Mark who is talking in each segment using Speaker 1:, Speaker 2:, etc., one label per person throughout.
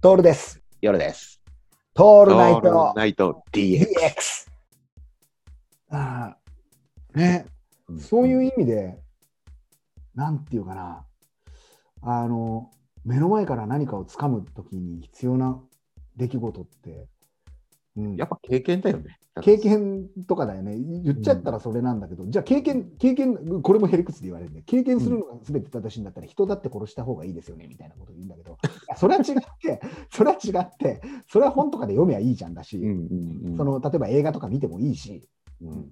Speaker 1: トールです。
Speaker 2: 夜です。
Speaker 1: ト
Speaker 2: オ
Speaker 1: ールナイト
Speaker 2: ナイト DX。
Speaker 1: DX。ああ、ね、そういう意味で、なんていうかな、あの、目の前から何かをつかむときに必要な出来事って、うん、
Speaker 2: やっぱ経験だよね。
Speaker 1: 経験とかだよね、言っちゃったらそれなんだけど、じゃあ経験、経験、これもヘリクツで言われるね、経験するのが全て正しいんだったら、人だって殺した方がいいですよねみたいなこと言うんだけど、いやそれは違って、 それは違って、それは本とかで読めばいいじゃんだし、
Speaker 2: うんうんうん、
Speaker 1: その例えば映画とか見てもいいし、
Speaker 2: うん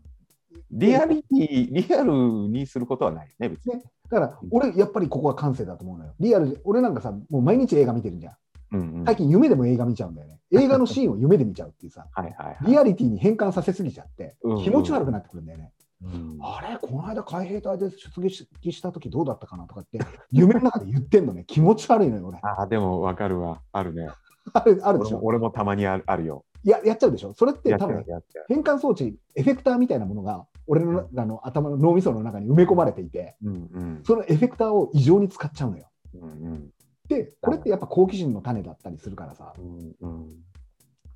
Speaker 2: リアリティ、リアルにすることはないよね、別に。
Speaker 1: ねだから俺、やっぱりここは感性だと思うのよ。リアルで、俺なんかさ、もう毎日映画見てるじゃん。
Speaker 2: うんうん、は
Speaker 1: 最
Speaker 2: い
Speaker 1: 近夢でも映画見ちゃうんだよね。映画のシーンを夢で見ちゃうっていうさ、
Speaker 2: はいはい。
Speaker 1: リアリティに変換させすぎちゃって
Speaker 2: うんう、ん
Speaker 1: 気持ち悪くなってくるんだよね。
Speaker 2: うん
Speaker 1: あれ、この間海兵隊で出撃した時どうだったかなとかって、夢の中で言ってんのね。 気持ち悪いのよ、俺。
Speaker 2: あー、でもわかるわ。あるね。
Speaker 1: あるあるで
Speaker 2: 俺
Speaker 1: し
Speaker 2: も
Speaker 1: ょ
Speaker 2: 俺もたまにあるあるよ。
Speaker 1: や。やっちゃうでしょ。それって
Speaker 2: やっち
Speaker 1: 多
Speaker 2: ゃう
Speaker 1: 分
Speaker 2: やっちゃう。
Speaker 1: 変換装置、エフェクターみたいなものが、俺のあの頭の脳みその中に埋め込まれていて、
Speaker 2: うんうん
Speaker 1: そのエフェクターを異常に使っちゃうのよ。
Speaker 2: うん
Speaker 1: で、これってやっぱ好奇心の種だったりするからさ、
Speaker 2: うんうん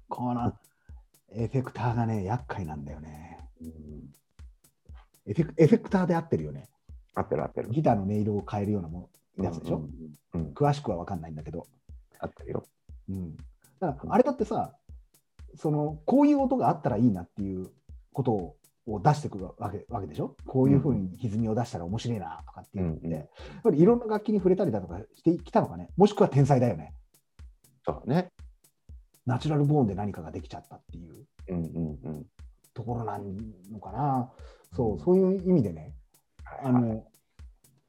Speaker 1: このエフェクターがね、厄介なんだよね。
Speaker 2: うん
Speaker 1: エフェクエフェクターで合ってるよね。
Speaker 2: 合ってる合ってる。
Speaker 1: ギターの音色を変えるようなものやつでしょ、
Speaker 2: うんうんうん、
Speaker 1: 詳しくは分かんないんだけど。
Speaker 2: 合ってるよ。
Speaker 1: うん、だからあれだってさ、そのこういう音があったらいいなっていうことをを出してくるわけわけでしょこういうふうに歪みを出したら面白いなとかっていうのって、
Speaker 2: うんうん
Speaker 1: やっぱりいろんな楽器に触れたりだとかしてきたのかね、もしくは天才だよね。
Speaker 2: そうだね。
Speaker 1: ナチュラルボーンで何かができちゃったっていう。
Speaker 2: うんうんうん。
Speaker 1: ところなのかな、そうそういう意味でね、あの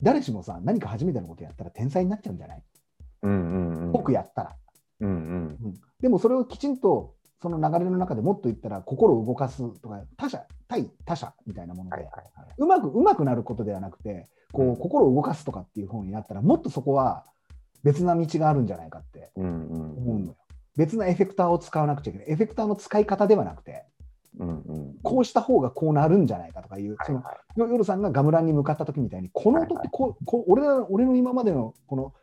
Speaker 1: 誰しもさ、何か初めてのことやったら天才になっちゃうんじゃない
Speaker 2: うんうんうん。
Speaker 1: 僕やったら。
Speaker 2: うんうん。
Speaker 1: でもそれをきちんとその流れの中でもっと言ったら、心を動かすとか、他者、対他者みたいなもので、
Speaker 2: はいはいは
Speaker 1: うまくうまくなることではなくて、こ
Speaker 2: うん
Speaker 1: う心を動かすとかっていう方になったら、もっとそこは別な道があるんじゃないかって
Speaker 2: い。うんうん
Speaker 1: 思うのよ。別なエフェクターを使わなくちゃいけない。エフェクターの使い方ではなくて、
Speaker 2: うんうん。
Speaker 1: こうした方がこうなるんじゃないかとかいう、
Speaker 2: はい
Speaker 1: その
Speaker 2: はい
Speaker 1: よ夜さんがガムランに向かった時みたいに、この音ってこう、こう俺らの俺の今までのこの、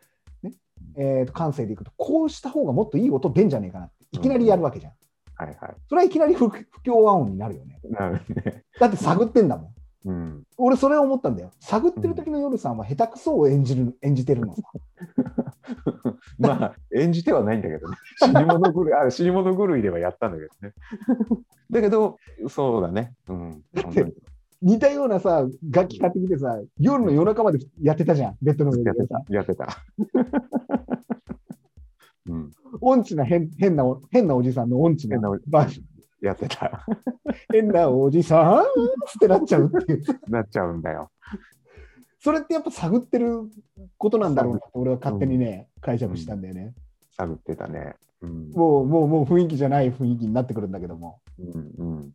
Speaker 1: ねえーと感性でいくと、こうした方がもっといい音出んじゃねえかなって、いきなりやるわけじゃん。
Speaker 2: はいは
Speaker 1: それはいきなり不不協和音になるよね。
Speaker 2: い。なるね。
Speaker 1: だって探ってんだもん。
Speaker 2: うん。
Speaker 1: 俺、それ思ったんだよ。探ってる時の夜さんは下手くそを演じる演じてるのさ。
Speaker 2: まあ、演じてはないんだ けどね。死に物狂い、あ死に物狂いではやったんだけどね。だけど、そうだね。うん。本当に
Speaker 1: 似たようなさ、楽器買ってきてさ、夜の夜中までやってたじゃん、ベッドの上
Speaker 2: やって
Speaker 1: でさ
Speaker 2: た。。やってた。 うん。
Speaker 1: 音痴な変変なお変なおじさんの音痴な
Speaker 2: 変なお
Speaker 1: バージョン
Speaker 2: やってた。
Speaker 1: 変なおじさんってなっちゃうっていう。
Speaker 2: なっちゃうんだよ。
Speaker 1: それってやっぱ探ってることなんだろうなって俺は勝手にね、解釈したんだよね、
Speaker 2: 探ってたね。うん。
Speaker 1: もうもうもう雰囲気じゃない雰囲気になってくるんだけども
Speaker 2: うんうん。